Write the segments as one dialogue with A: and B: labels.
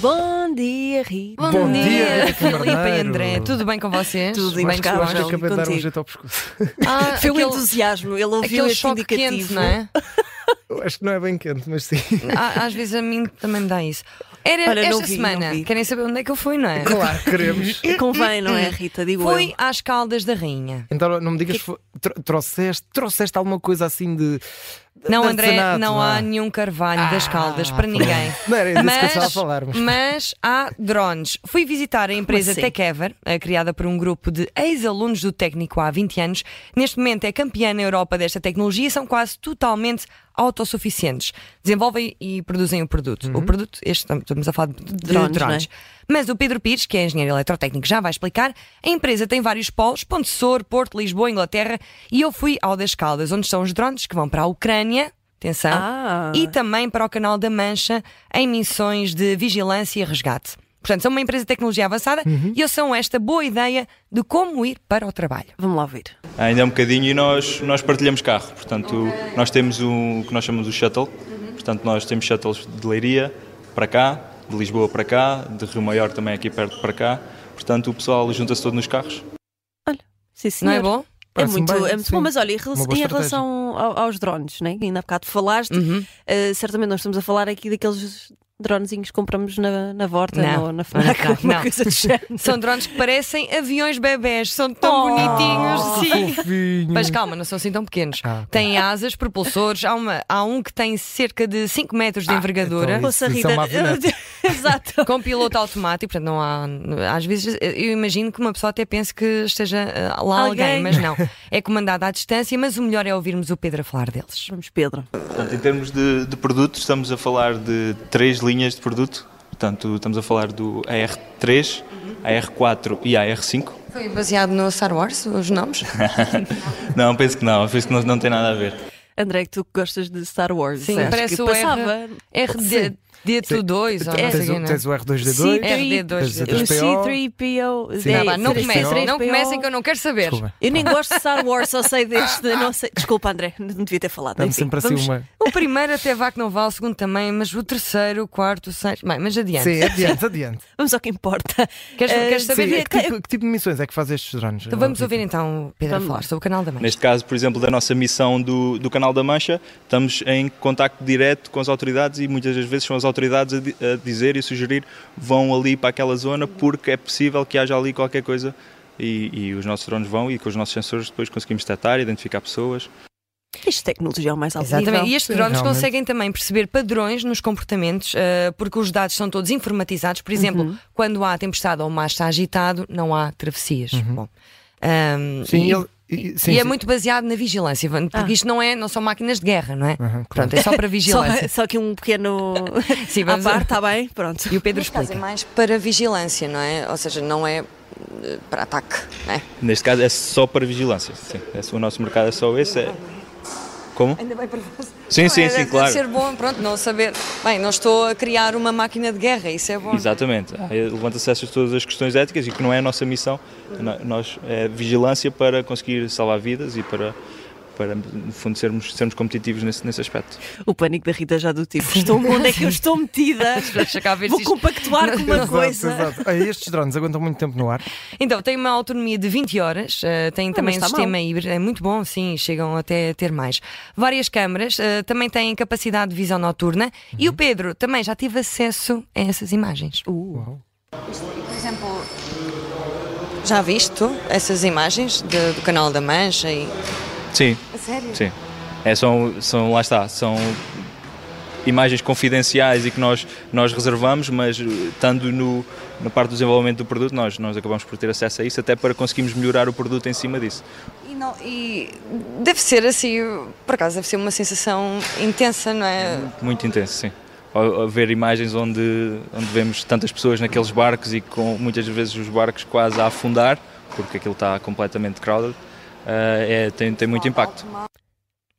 A: Bom dia, Rita.
B: Bom,
C: Bom dia,
B: dia,
C: Rita
B: Filipe e
C: Camarneiro.
B: André. Tudo bem com vocês?
A: Tudo
B: bem
A: impecável.
C: Acho que
A: Carlos,
C: acabei de dar um
A: contigo.
C: jeito ao pescoço.
B: Ah,
A: Foi um
B: aquele-
A: entusiasmo, ele ouviu
B: Aquele
A: este
B: choque
A: indicativo.
B: quente, não é?
C: Eu acho que não é bem quente, mas sim.
B: Ah, Às vezes a mim também me dá isso. Era
A: Olha, não
B: esta
A: vi, não
B: semana.
A: vi.
B: Querem saber onde é que eu fui, não é?
C: Claro, queremos.
A: Convém, não é,
B: hum.
A: Rita? Digo
B: Fui
A: eu.
B: às Caldas da Rainha.
C: Então não me digas que foi- tro- trouxeste, trouxeste alguma coisa assim de. de
B: Não, André,
C: artesanato,
B: não há nenhum carvalho das
C: Ah,
B: Caldas para ninguém.
C: Não era disso que eu
B: Mas,
C: estava a falar, mas.
B: mas há drones. Fui visitar a empresa
A: assim?
B: TechEver, eh, criada por um grupo de ex-alunos do técnico há 20 anos. Neste momento é campeã na Europa desta tecnologia e são quase totalmente autossuficientes. Desenvolvem e produzem o produto.
C: Uhum.
B: O produto, este tam- estamos a falar de de drones.
A: Drones, não é?
B: Mas o Pedro Pires, que é engenheiro eletrotécnico, já vai explicar. A empresa tem vários polos: Ponte Sor, Porto, Lisboa, Inglaterra. E eu fui ao das Caldas, onde estão os drones que vão para a Ucrânia. Atenção.
A: Ah.
B: E também para o Canal da Mancha em missões de vigilância e resgate. Portanto, são uma empresa de tecnologia avançada
A: Uhum.
B: e eu são esta boa ideia de como ir para o trabalho.
A: Vamos lá ouvir.
D: Ainda é um bocadinho e nós, nós partilhamos carro, portanto nós temos um- o que nós chamamos de shuttle, portanto nós temos shuttles de Leiria para cá, de Lisboa para cá, de Rio Maior também aqui perto para cá, portanto o pessoal junta-se todo nos carros.
A: Sim, senhor.
B: Não é bom?
A: É
C: Parece-me
A: muito,
C: bem,
A: é muito
C: sim.
A: bom, mas olha, em, rela-
C: Uma boa
A: em
C: estratégia.
A: relação ao- aos drones, né? que ainda há bocado falaste,
B: Uhum.
A: eh, certamente nós estamos a falar aqui daqueles dronezinhos que compramos na, na Vorta
B: Não.
A: ou na Fnac,
B: Não,
A: alguma
B: não.
A: coisa do género. Oh.
B: São drones que parecem aviões bebés, são tão bonitinhos.
C: Oh, Que
B: Sim.
C: fofinho.
B: Mas calma, não são assim tão pequenos.
C: Ah, ok.
B: Têm asas, propulsores, há, uma- há um que tem cerca de 5 metros
A: Ah,
B: de envergadura.
C: então Isso- isso é uma avenida.
A: Exato.
B: com piloto automático, portanto, não há. Às vezes eu imagino que uma pessoa até pense que esteja ah, lá alguém,
A: Alguém.
B: mas não. É comandado à distância, mas o melhor é ouvirmos o Pedro a falar deles.
A: Vamos, Pedro.
D: Portanto, em termos de, de produto, estamos a falar de três linhas de produto, portanto estamos a falar do AR3, AR4 e AR5.
B: Foi baseado no Star Wars, os nomes?
D: Não, penso que não, penso que não, não tem nada a ver.
A: André, que tu que gostas de Star Wars.
B: Sim,
A: acho
B: parece
A: que
B: o
A: passava.
B: RD. D2 ou não sei
C: Tens,
B: quê,
C: o-
B: não é?
C: tens o R2D2.
A: C3,
B: RD2.
A: o C3PO.
C: Sim.
B: Não, vá, não
C: Três
B: comecem,
C: PO.
B: não comecem que eu não quero saber.
C: Desculpa.
A: Eu nem gosto de Star Wars, só sei deste. Não sei. Desculpa, André, não devia ter falado.
C: Dá-me
A: Enfim,
C: sempre assim
A: vamos-
C: uma.
B: O primeiro até vá que não vá, o segundo também, mas o terceiro, o quarto, o sexto. Bem, mas adiante.
C: Sim, adiante, adiante.
A: Vamos ao que importa.
B: Queres-
A: Eh,
B: queres saber?
C: Sim,
A: sabia-
C: que, tipo, que tipo de missões é que fazes estes drones? tipo,
B: Então vamos ouvir então o Pedro a falar sobre o canal da Mãe.
D: Neste caso, por exemplo, da nossa missão do, do Canal da Mancha, estamos em contacto direto com as autoridades e muitas das vezes são as autoridades a, di- a dizer e sugerir vão ali para aquela zona porque é possível que haja ali qualquer coisa e, e os nossos drones vão e com os nossos sensores depois conseguimos detectar, identificar pessoas.
A: Isto é tecnologia ao mais alto
B: Exatamente. E
A: nível.
B: estes drones
C: realmente.
B: conseguem também perceber padrões nos comportamentos, eh, porque os dados são todos informatizados. Por exemplo, quando há tempestade ou o mar está agitado, não há travessias. Bom, ahm,
C: Sim,
B: e,
C: ele- e- sim,
B: e é
C: sim.
B: muito baseado na vigilância, Ivan, porque isto não, é, não são máquinas de guerra, não é?
C: Aham, claro.
B: Pronto, é só para vigilância.
A: Só, só aqui um pequeno.
B: Sim,
A: à
B: vamos-
A: parte, está bem? Pronto.
B: E o Pedro explica. mais para vigilância, não é? Ou seja, não é para ataque, não é?
D: Neste caso é só para vigilância, sim. Esse- o nosso mercado é só esse. é- Como?
B: Ainda bem para você.
D: Sim, sim, sim,
B: é, deve
D: claro.
B: ser bom, pronto, não saber. Bem, não estou a criar uma máquina de guerra, isso é bom.
D: Exatamente. Ah, Aí Levanta-se essas todas as questões éticas e que não é a nossa missão. No- Nós é vigilância para conseguir salvar vidas e para, para no fundo, sermos, sermos competitivos nesse, nesse aspecto.
A: O pânico da Rita já do tipo: estou, onde é que eu estou metida?
B: Deixa cá ver se
A: Vou
B: isto-
A: compactuar com uma
C: Exato,
A: coisa.
C: exato. Ah, Estes drones aguentam muito tempo no ar.
B: Então, tem uma autonomia de 20 horas, eh, tem também
A: mas
B: um
A: está
B: sistema
A: mal.
B: híbrido, é muito bom, sim, chegam até a ter mais. Várias câmaras, eh, também têm capacidade de visão noturna e o Pedro também já tive acesso a essas imagens. Por exemplo, já viste tu essas imagens de- do canal da Mancha? E...
D: Sim,
B: A sério?
D: sim. É, são, são, lá está, são imagens confidenciais e que nós, nós reservamos, mas eh, estando no, na parte do desenvolvimento do produto, nós, nós acabamos por ter acesso a isso, até para conseguirmos melhorar o produto em cima disso.
B: E, não- e deve ser assim, por acaso, deve ser uma sensação intensa, não é?
D: Muito intenso, sim. Ao- ao ver imagens onde, onde vemos tantas pessoas naqueles barcos e com muitas vezes os barcos quase a eh, afundar, porque aquilo está completamente crowded, ah, é, tem, tem muito impacto.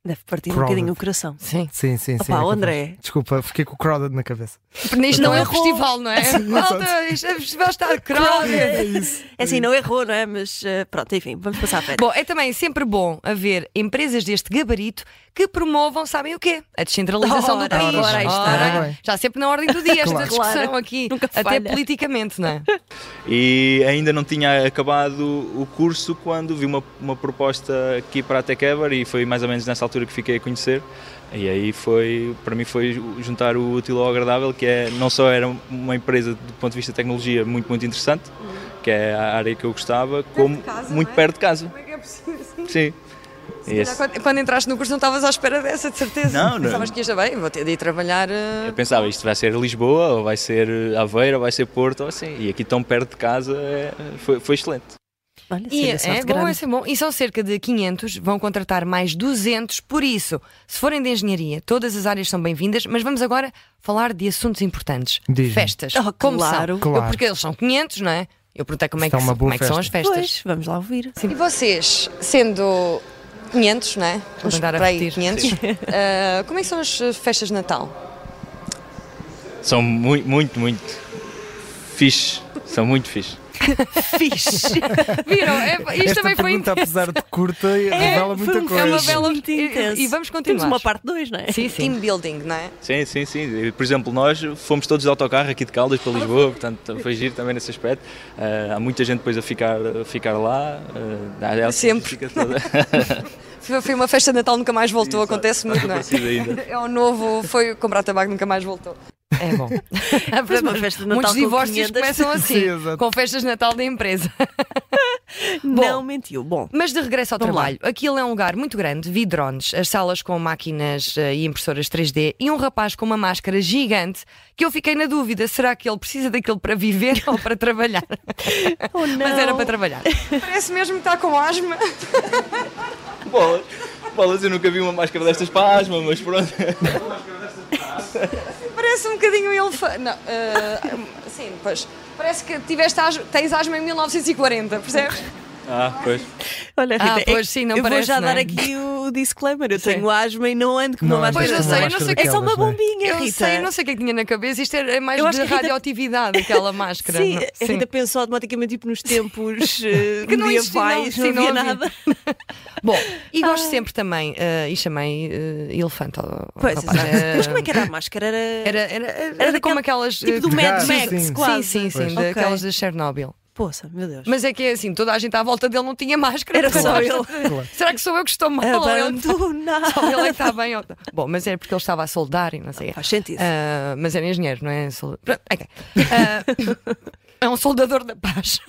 A: Deve partir um
C: Crowded.
A: bocadinho o coração.
B: Sim.
C: Sim, sim, sim.
A: Opa,
C: é capaz.
A: André.
C: Desculpa, fiquei com o crowded na cabeça.
B: Isto não é um
A: errou.
B: festival, não é? Malta, isto é festival está crowded.
A: É assim, não errou, não é? Mas eh, pronto, enfim, vamos passar à frente.
B: Bom, é também sempre bom haver empresas deste gabarito que promovam, sabem o quê? A descentralização
A: Ora,
B: do país.
A: ora, aí está.
C: Ora bem.
B: já sempre na ordem do dia esta
C: Claro.
B: discussão
A: Claro.
B: aqui,
A: Nunca
B: até
A: falha.
B: politicamente, não é?
D: E ainda não tinha acabado o curso quando vi uma, uma proposta aqui para a TechEver e foi mais ou menos nessa altura que fiquei a conhecer. E aí foi, para mim foi juntar o útil ao agradável, que é não só era uma empresa do ponto de vista de tecnologia muito, muito interessante, que é a área que eu gostava, como
B: casa,
D: muito
B: não é?
D: perto de casa.
B: é que é possível?
D: Sim. E esse-
B: Quando, quando entraste no curso não estavas à espera dessa, de certeza.
D: Não, É não.
B: Pensavas que ias bem, vou ter de ir trabalhar. eh,
D: Eu pensava, isto vai ser Lisboa, ou vai ser eh, Aveiro, ou vai ser Porto, ou assim. E aqui tão perto de casa é- foi, foi excelente.
A: Olha,
B: E
A: sim,
B: é,
A: da sorte
B: bom,
A: grande.
B: esse é bom. E são cerca de 500, vão contratar mais 200. Por isso, se forem de engenharia, todas as áreas são bem-vindas, mas vamos agora falar de assuntos importantes.
C: Diz-me.
B: Festas.
A: Oh,
B: como
A: claro.
B: são?
C: Claro.
B: Eu- porque eles são 500, não é? Eu perguntei como é
C: Isto
B: que,
C: é uma
B: são- como
C: boa
B: é que são as
C: festa.
B: festas.
A: Pois, vamos lá ouvir.
B: E vocês, sendo 500, não é? Vamos
E: andar a
B: para aí,
E: repetir.
B: 500. ah, como é que são as eh, festas de Natal?
D: São muito, muito, muito fixe. São muito fixe.
A: Fixe.
B: Viram? É, isto
C: Esta
B: também foi
C: pergunta, apesar de curta, revela muita
A: um-
C: coisa.
B: é uma bela
A: Muito
B: e,
A: intenso.
B: e
A: Temos
B: vamos continuar.
A: uma parte 2, não é?
B: Sim, sim. Team building, não é?
D: Sim, sim, sim. E, Por exemplo, nós fomos todos de autocarro aqui de Caldas para Lisboa, portanto foi giro também nesse aspecto. Ah, há muita gente depois a ficar, a ficar lá. ah, há essa
B: Sempre.
D: fica toda-
B: Foi foi uma festa de Natal, nunca mais voltou, acontece muito, não é?
D: Parecido ainda.
B: É o novo, foi comprar tabaco, nunca mais voltou. É bom.
A: Depois uma festa de Natal
B: Muitos
A: com
B: divórcios
A: 500.
B: começam assim,
C: Sim, exato.
B: com festas de Natal da empresa.
A: Não mentiu. Bom,
B: Mas de regresso ao
A: Vamos lá.
B: trabalho, aquilo é um lugar muito grande, vi drones, as salas com máquinas eh, e impressoras 3D e um rapaz com uma máscara gigante que eu fiquei na dúvida, será que ele precisa daquilo para viver ou para trabalhar?
A: ou não.
B: Mas era para trabalhar. Parece mesmo que está com asma.
D: Bolas. Bolas, eu nunca vi uma máscara destas para asma, mas pronto.
B: Parece um bocadinho um elefante. Não, eh, sim, pois. Parece que tiveste asma, tens asma em 1940, percebes?
D: Ah, pois.
A: Olha, Rita,
B: Ah,
A: é
B: pois
A: que
B: sim, não
A: eu
B: parece,
A: vou já
B: não é?
A: dar aqui o disclaimer. Eu tenho asma e não ando com uma
C: Não
A: máscara.
C: andas
B: Pois eu
C: com uma
B: sei, eu não
C: máscara
B: sei- é
A: É só uma
C: daquelas, não é?
A: bombinha,
B: Eu
A: Rita.
B: sei, eu não sei o que é que tinha na cabeça, isto era mais
A: Eu acho que
B: de
A: a Rita-
B: radioatividade, aquela máscara.
A: Sim,
B: não? é?
A: a Rita pensou automaticamente tipo, nos tempos
B: Que
A: que
B: não existia,
A: medievais,
B: eh, não, sim,
A: não,
B: não
A: havia
B: havia.
A: nada.
B: Bom, e gosto sempre também, eh, e chamei eh, elefante ao, ao
A: Pois,
B: rapaz.
A: exato.
B: Eh,
A: Mas como é que era a máscara? Era,
B: Era, era, era,
A: Era
B: como
A: daquele-
B: aquelas. eh,
A: tipo do
B: de
A: Mad
C: gás,
A: Max,
C: sim, sim.
A: quase.
B: Sim, sim,
A: Pois.
B: sim, daquelas
A: Ok.
B: de Chernobyl.
A: Poça, meu Deus.
B: Mas é que é assim, toda a gente à volta dele não tinha máscara.
A: Era
B: portanto,
A: só
B: acho-
A: ele.
B: Será que sou eu que estou mal? Ou ele- Só ele é que
A: Abandonado.
B: está bem. ou- Bom, mas era porque ele estava a soldar e não sei.
A: Faz sentido.
B: Ah, mas era engenheiro, não é? solda- Pronto, ok. Ah, é um soldador da paz.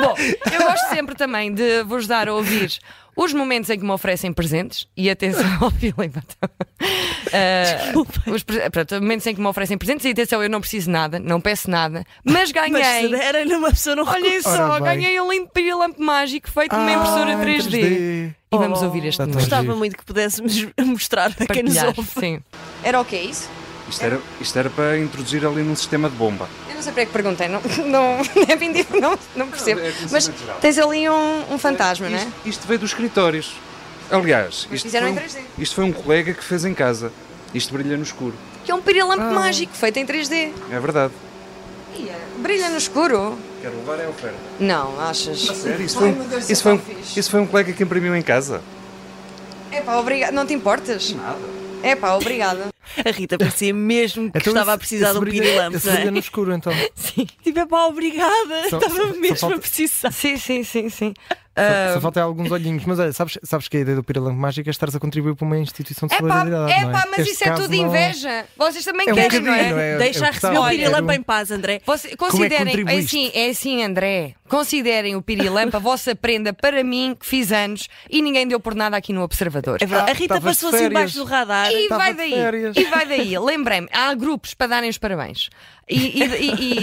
B: Bom, eu gosto sempre também de vos dar a ouvir os momentos em que me oferecem presentes. E atenção ao Filipe. Ah, os pre- pronto, momentos em que me oferecem presentes. E atenção, eu não preciso nada, não peço nada,
A: Mas
B: mas ganhei.
A: se der, olha, uma pessoa não
B: Olhem
A: reconhece.
B: só,
C: Ora bem.
B: ganhei um lindo pirilampo mágico feito numa
C: Ah,
B: impressora
C: em
B: 3D. E vamos
A: Oh.
B: ouvir este
C: Tá tão
B: momento.
A: Gostava
C: Giro.
A: muito que pudéssemos mostrar a quem nos
B: Partilhar,
A: ouve.
B: sim.
F: Era o que é isso?
G: Isto era, isto era para introduzir ali num sistema de bomba.
F: Eu não sei para é que perguntei, não, não, não é bem dif- não, não percebo.
G: Não, é conhecimento
F: Mas
G: geral.
F: tens ali um, um fantasma, não é?
G: Isto, isto veio dos escritórios. Aliás, isto
F: fizeram
G: foi,
F: em
G: um,
F: 3D.
G: isto foi um colega que fez em casa. Isto brilha no escuro.
F: Que é um pirilampo mágico feito em 3D.
G: É verdade.
F: Brilha no escuro?
G: Quero levar é oferta.
F: Não, achas?
G: Sério? Isso foi, um, isso, foi um, isso foi um colega que imprimiu em casa.
F: É pá, obrigada. Não te importas? Nada. É pá, obrigada.
A: A Rita parecia mesmo que
C: Então
A: estava
C: esse-
A: a precisar
C: esse
A: de um
C: brilha-
A: pirilampo,
C: esse
A: não
C: brilha
A: é?
C: no escuro, então.
A: Tipo, é pá, obrigada.
C: Só-
A: Estava
C: só- só
A: mesmo
C: falta-
A: a precisar.
B: Sim, sim, sim, sim.
C: Só,
A: Ah.
C: só falta alguns olhinhos. Mas olha, sabes, sabes que a ideia do Pirilampo Mágico é estares a contribuir para uma instituição de
B: É pá,
C: solidariedade.
B: é
C: não
B: pá, mas
C: Este
B: isso é
C: caso
B: tudo
C: não-
B: inveja. Vocês também
C: É um
B: querem, não
C: bocadinho,
B: é?
C: não é?
A: Deixa
C: Eu
A: receber o
C: gostava, era
A: pirilampo
C: um-
A: em paz, André.
B: Vocês-
C: Como é que
B: considerem, é
C: contribuíste?
B: assim, é assim, André. Considerem o pirilampo a vossa prenda para mim, que fiz anos e ninguém deu por nada aqui no Observador.
A: É verdade.
C: Ah,
A: a Rita
C: estavas de
A: passou assim embaixo
C: férias.
A: do radar.
B: E
C: Estava
B: vai
C: de
B: daí,
C: férias.
B: e vai daí, lembrei-me, há grupos para darem os parabéns. E, e, e-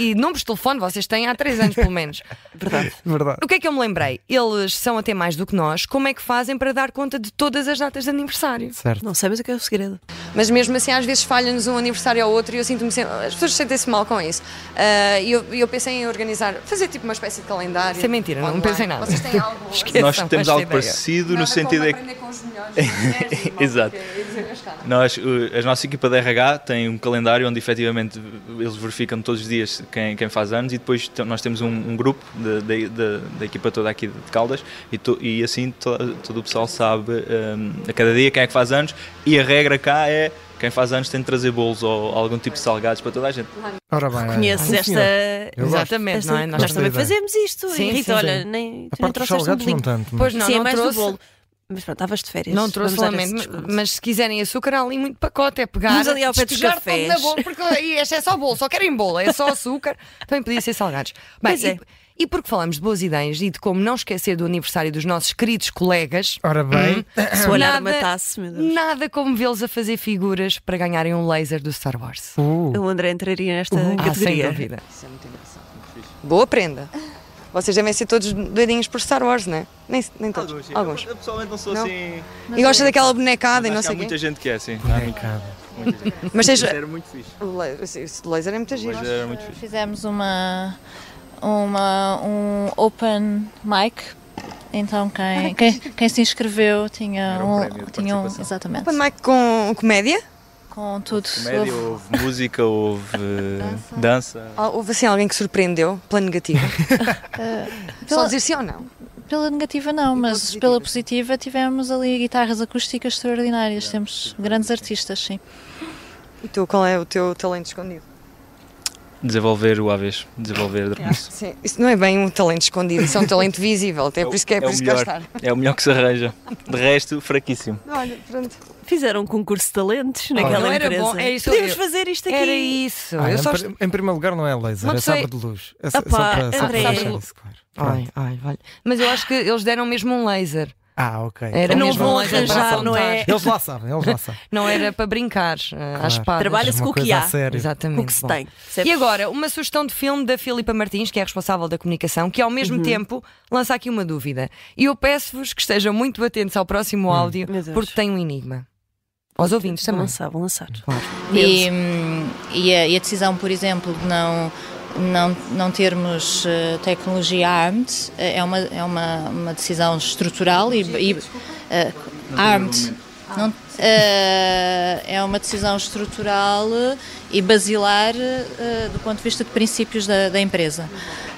B: e- e números de telefone vocês têm há três anos, pelo menos.
A: Verdade.
C: Verdade.
B: O que é que eu me lembrei? Ele eles são até mais do que nós, como é que fazem para dar conta de todas as datas de aniversário?
C: Certo.
A: Não sei, mas o que é o segredo?
F: Mas mesmo assim, às vezes falha-nos um aniversário ao outro e eu sinto-me sempre. As pessoas sentem-se mal com isso. Ah, E eu, e eu pensei em organizar, fazer tipo uma espécie de calendário.
B: Isso é mentira, não
F: online.
B: pensei nada.
F: Vocês têm algo.
B: Esquece.
F: Nada
D: Nós
B: Essa
D: temos
B: faz
D: algo
B: ideia.
D: parecido no
F: como
D: sentido é que
F: aprender com os melhores, mulheres e mal,
D: Exato.
F: porque eles enrascaram.
D: Nós, uh, a nossa equipa da RH tem um calendário onde efetivamente eles verificam todos os dias quem, quem faz anos e depois te- nós temos um, um grupo de- de- de- da equipa toda aqui de Caldas e, to- e assim to- todo o pessoal sabe um, a cada dia quem é que faz anos e a regra cá é quem faz anos tem de trazer bolos ou algum tipo de salgados para toda a gente.
C: Ora bem.
A: Conheces
C: Ah, sim,
A: esta.
C: senhora. Eu gosto.
B: Exatamente,
A: esta-
B: não é?
A: Nós,
B: Nós
C: gosto
A: também
C: da ideia.
A: fazemos isto.
B: Sim,
A: e Rita,
B: sim,
A: olha,
B: sim.
A: nem,
C: A
A: tu não
C: parte dos
A: trouxeste um
C: salgados não
A: bolinho.
C: tanto. mas-
B: Pois não,
A: sim, é
B: não
A: mais
B: trouxe.
A: do bolo. Mas pronto, estavas de férias.
B: Não trouxe
A: Vamos dar esse
B: lamento,
A: desconto.
B: mas se quiserem açúcar, há ali muito pacote, é pegar.
A: Vamos ali ao pé dos
B: despejar tudo
A: cafés.
B: na boca, porque aí este é só bolo, só querem bolo, é só açúcar. Também podia ser salgados. Bem,
A: Pois
B: e,
A: é.
B: e porque falamos de boas ideias e de como não esquecer do aniversário dos nossos queridos colegas.
C: Ora bem.
A: Se o olhar
B: nada-
A: matasse, meu Deus.
B: Nada como vê-los a fazer figuras para ganharem um laser do Star Wars.
C: Uh,
A: O André entraria nesta
B: Ah, sem
A: categoria.
B: dúvida.
F: Boa prenda. Vocês devem ser todos doidinhos por Star Wars, não é? Nem, nem todos. Alguns.
D: pessoalmente não sou
F: Não?
D: assim.
F: E gosta daquela bonecada e não
D: Acho que há
F: sei o
D: muita
F: quê.
D: gente que é assim. Há muita-
C: bonecada.
D: muita gente.
F: Mas tens.
D: Era muito fixe.
F: O laser, esse laser é muito giro.
D: Mas era muito fixe.
E: Eh, Fizemos uma, uma, um open mic. Então quem, quem, quem se inscreveu tinha
D: um
E: um,
D: prémio de
E: tinha um
D: participação.
E: exatamente
F: Open mic com comédia?
E: com tudo
D: Comédia,
E: houve-
D: houve música, houve eh, dança.
F: Há- Houve assim alguém que surpreendeu pela negativa? Só
E: pela-
F: dizer sim ou não?
E: pela negativa não, mas pela positiva tivemos ali guitarras acústicas extraordinárias, temos grandes artistas, sim.
F: E tu, qual é o teu talento escondido?
D: Desenvolver o avesso, desenvolver drones.
F: Sim, isso não é bem um talento escondido, isso é um talento visível, até
D: o-
F: por isso que é,
D: é
F: por
D: o
F: isso que eu
D: melhor.
F: estar.
D: É o melhor que se arranja. De resto, fraquíssimo.
F: Olha, pronto.
A: Fizeram um concurso de talentos naquela
B: Não era
A: empresa.
B: bom, é isso,
A: Podíamos
B: eu-
A: fazer isto aqui.
B: Era isso.
C: Ah,
B: eu
C: em,
B: só...
C: pri- em primeiro lugar não é laser,
B: Uma
C: é
B: pessoa-
C: sabre de luz. É só,
A: Opa,
C: só para, só para
A: André.
C: deixar isso claro.
B: Ai,
C: Pronto.
B: ai, olha. Mas eu acho que eles deram mesmo um laser.
C: Ah, ok.
B: Era
C: Então
A: Não
C: eles
B: mesmo
A: vão
B: um laser para
A: arranjar, não é?
B: apontar.
C: Eles lá sabem, eles lá sabem.
B: Não era para brincar eh, às espadas.
A: Trabalha- Olha-se
C: Uma
A: com o que
C: coisa a
A: há.
C: sério.
B: Exatamente.
A: O que se
B: bom.
A: tem.
B: E
A: percebe?
B: agora, uma sugestão de filme da Filipa Martins, que é a responsável da comunicação, que ao mesmo
A: Uhum.
B: tempo lança aqui uma dúvida. E eu peço-vos que estejam muito atentos ao próximo áudio,
A: Hum, Meu Deus.
B: porque tem um enigma. Aos ouvintes
A: Vão
B: também.
A: lançar, vão lançar.
E: E, hum, e a, e a decisão, por exemplo, de não, não, não termos eh, tecnologia ARMED eh, é uma, é uma, uma decisão estrutural e, e eh, ARMED.
B: Ah.
E: Não- eh, é uma decisão estrutural eh, e basilar eh, do ponto de vista de princípios da, da empresa.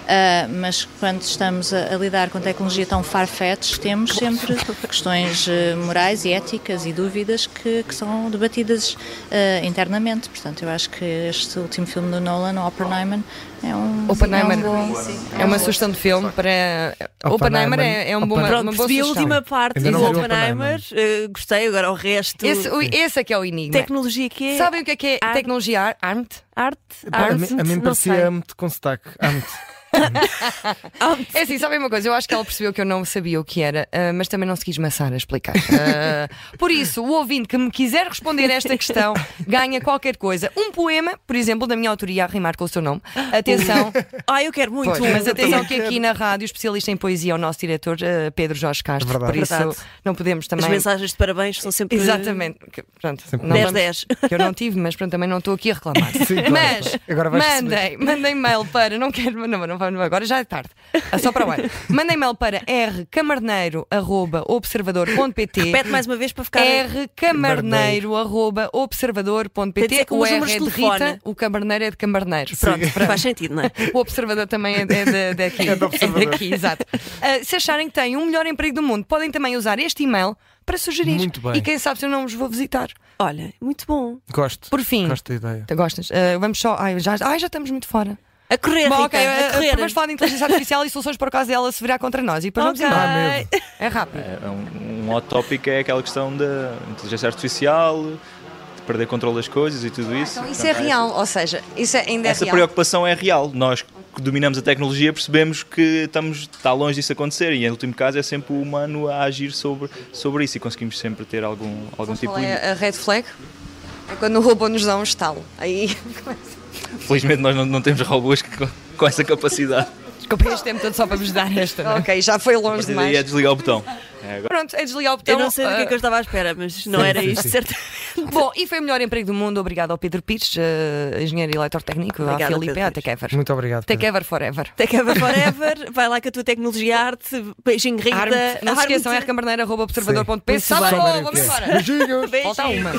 E: Eh, mas quando estamos a, a lidar com tecnologia tão farfetch, temos sempre questões eh, morais e éticas e dúvidas que, que são debatidas eh, internamente. Portanto, eu acho que este último filme do Nolan, o Oppenheimer, é um,
B: Oppenheimer.
E: é um bom.
B: É uma sugestão de filme para.
C: Oppenheimer.
B: Oppenheimer é, é um bom,
C: Oppenheimer.
B: uma
A: Pronto,
B: boa
A: percebi a
B: sugestão.
A: última parte
C: Ainda
A: do
C: não vi o
A: Oppenheimer. Eh, gostei, agora o resto.
B: Esse, o- esse é que é o enigma.
A: Tecnologia que é?
B: Sabem o que é que é
A: Arte.
B: tecnologia ar- arte?
A: Arte?
C: Pá, a
A: Arte?
C: mim- A mim
A: não sei.
C: parecia muito com sotaque. Ante.
B: É assim, sabem uma coisa? Eu acho que ela percebeu que eu não sabia o que era, ah, mas também não se quis maçar a explicar. Ah, por isso, o ouvinte que me quiser responder esta questão ganha qualquer coisa. Um poema, por exemplo, da minha autoria a rimar com o seu nome. Atenção,
A: Ah, eu quero muito.
B: pois,
A: um.
B: mas atenção que aqui na rádio, especialista em poesia, é o nosso diretor ah, Pedro Jorge Castro.
C: Verdade.
B: Por isso,
A: Verdade.
B: não podemos também.
A: As mensagens de parabéns são sempre.
B: Exatamente. Que- Pronto, não
A: 10,
B: vamos-
A: 10.
B: que eu não tive, mas pronto, também não estou aqui a reclamar.
C: Sim, claro.
B: Mas
C: Agora vais
B: mandem, mandem mail para, não quero, não, não, não, agora já é tarde, Ah, só para o ano. Mandem mail para rcamarneiro.observador.pt
A: Pede mais uma vez para ficar. Tem de ser
B: rcamarneiro.observador.pt
A: com
B: O
A: os
B: R
A: números
B: é
A: de
B: de Rita,
A: telefone.
B: o camarneiro é de camarneiros. Pronto,
A: Pronto, faz sentido, não é?
B: o observador também é, é de- daqui. É,
C: Observador.
B: daqui, exato. Ah, se acharem que têm o melhor emprego do mundo, podem também usar este e-mail para sugerir.
C: Muito bem.
B: E quem sabe se eu não vos vou visitar.
A: Olha, muito bom.
C: Gosto.
B: Por fim,
C: Gosto da ideia.
B: Tu gostas? Ah, vamos só. Ai, já, ai, já estamos muito fora.
A: A correr,
B: Bom,
A: É, Rita,
B: ok, ah,
A: a correr.
B: vamos falar de inteligência artificial e soluções para o caso dela se virar contra nós. E depois
A: Ok.
B: vamos embora.
C: Dá medo.
B: É rápido.
D: É Um, um hot topic é aquela questão da inteligência artificial, de perder controle das coisas e tudo isso.
F: Então isso é real, ou seja, isso é- ainda é
D: Essa
F: real.
D: preocupação é real. Nós que dominamos a tecnologia percebemos que estamos, está longe disso acontecer e, em último caso, é sempre o humano a agir sobre, sobre isso e conseguimos sempre ter algum, algum tipo
F: Qual
D: de limite.
F: é a red flag? É quando o robô nos dá um estalo. Aí
D: Felizmente, nós não, não temos robôs que- com essa capacidade.
B: Desculpem este tempo todo só para vos dar esta. não é?
F: Ok, já foi
D: A
F: longe
D: partir daí é
F: demais.
D: desligar o botão. É, agora.
B: Pronto, é desligar o botão.
A: Eu não sei do que é
B: ah,
A: que eu estava à espera, mas não era
C: Então, sim,
A: isto,
C: sim.
A: certo?
B: Bom, e foi o melhor emprego do mundo. Obrigado ao Pedro Pires, eh, engenheiro eletrotécnico, ao
A: Obrigada,
B: Filipe,
A: Pedro
B: ao
A: Pires.
B: Takever.
C: Muito obrigado. Pedro.
B: Takever Forever.
A: Takeover é Forever, vai lá com a tua tecnologia arte. Beijinho, Rita.
B: Armed. Não se esqueçam, é
A: Armed.
B: rcambarneira.observador.p.
C: Sim.
B: Sábado,
C: Souberem o
B: vamos
C: que é.
B: embora.
C: Beijinhos.
B: Falta uma.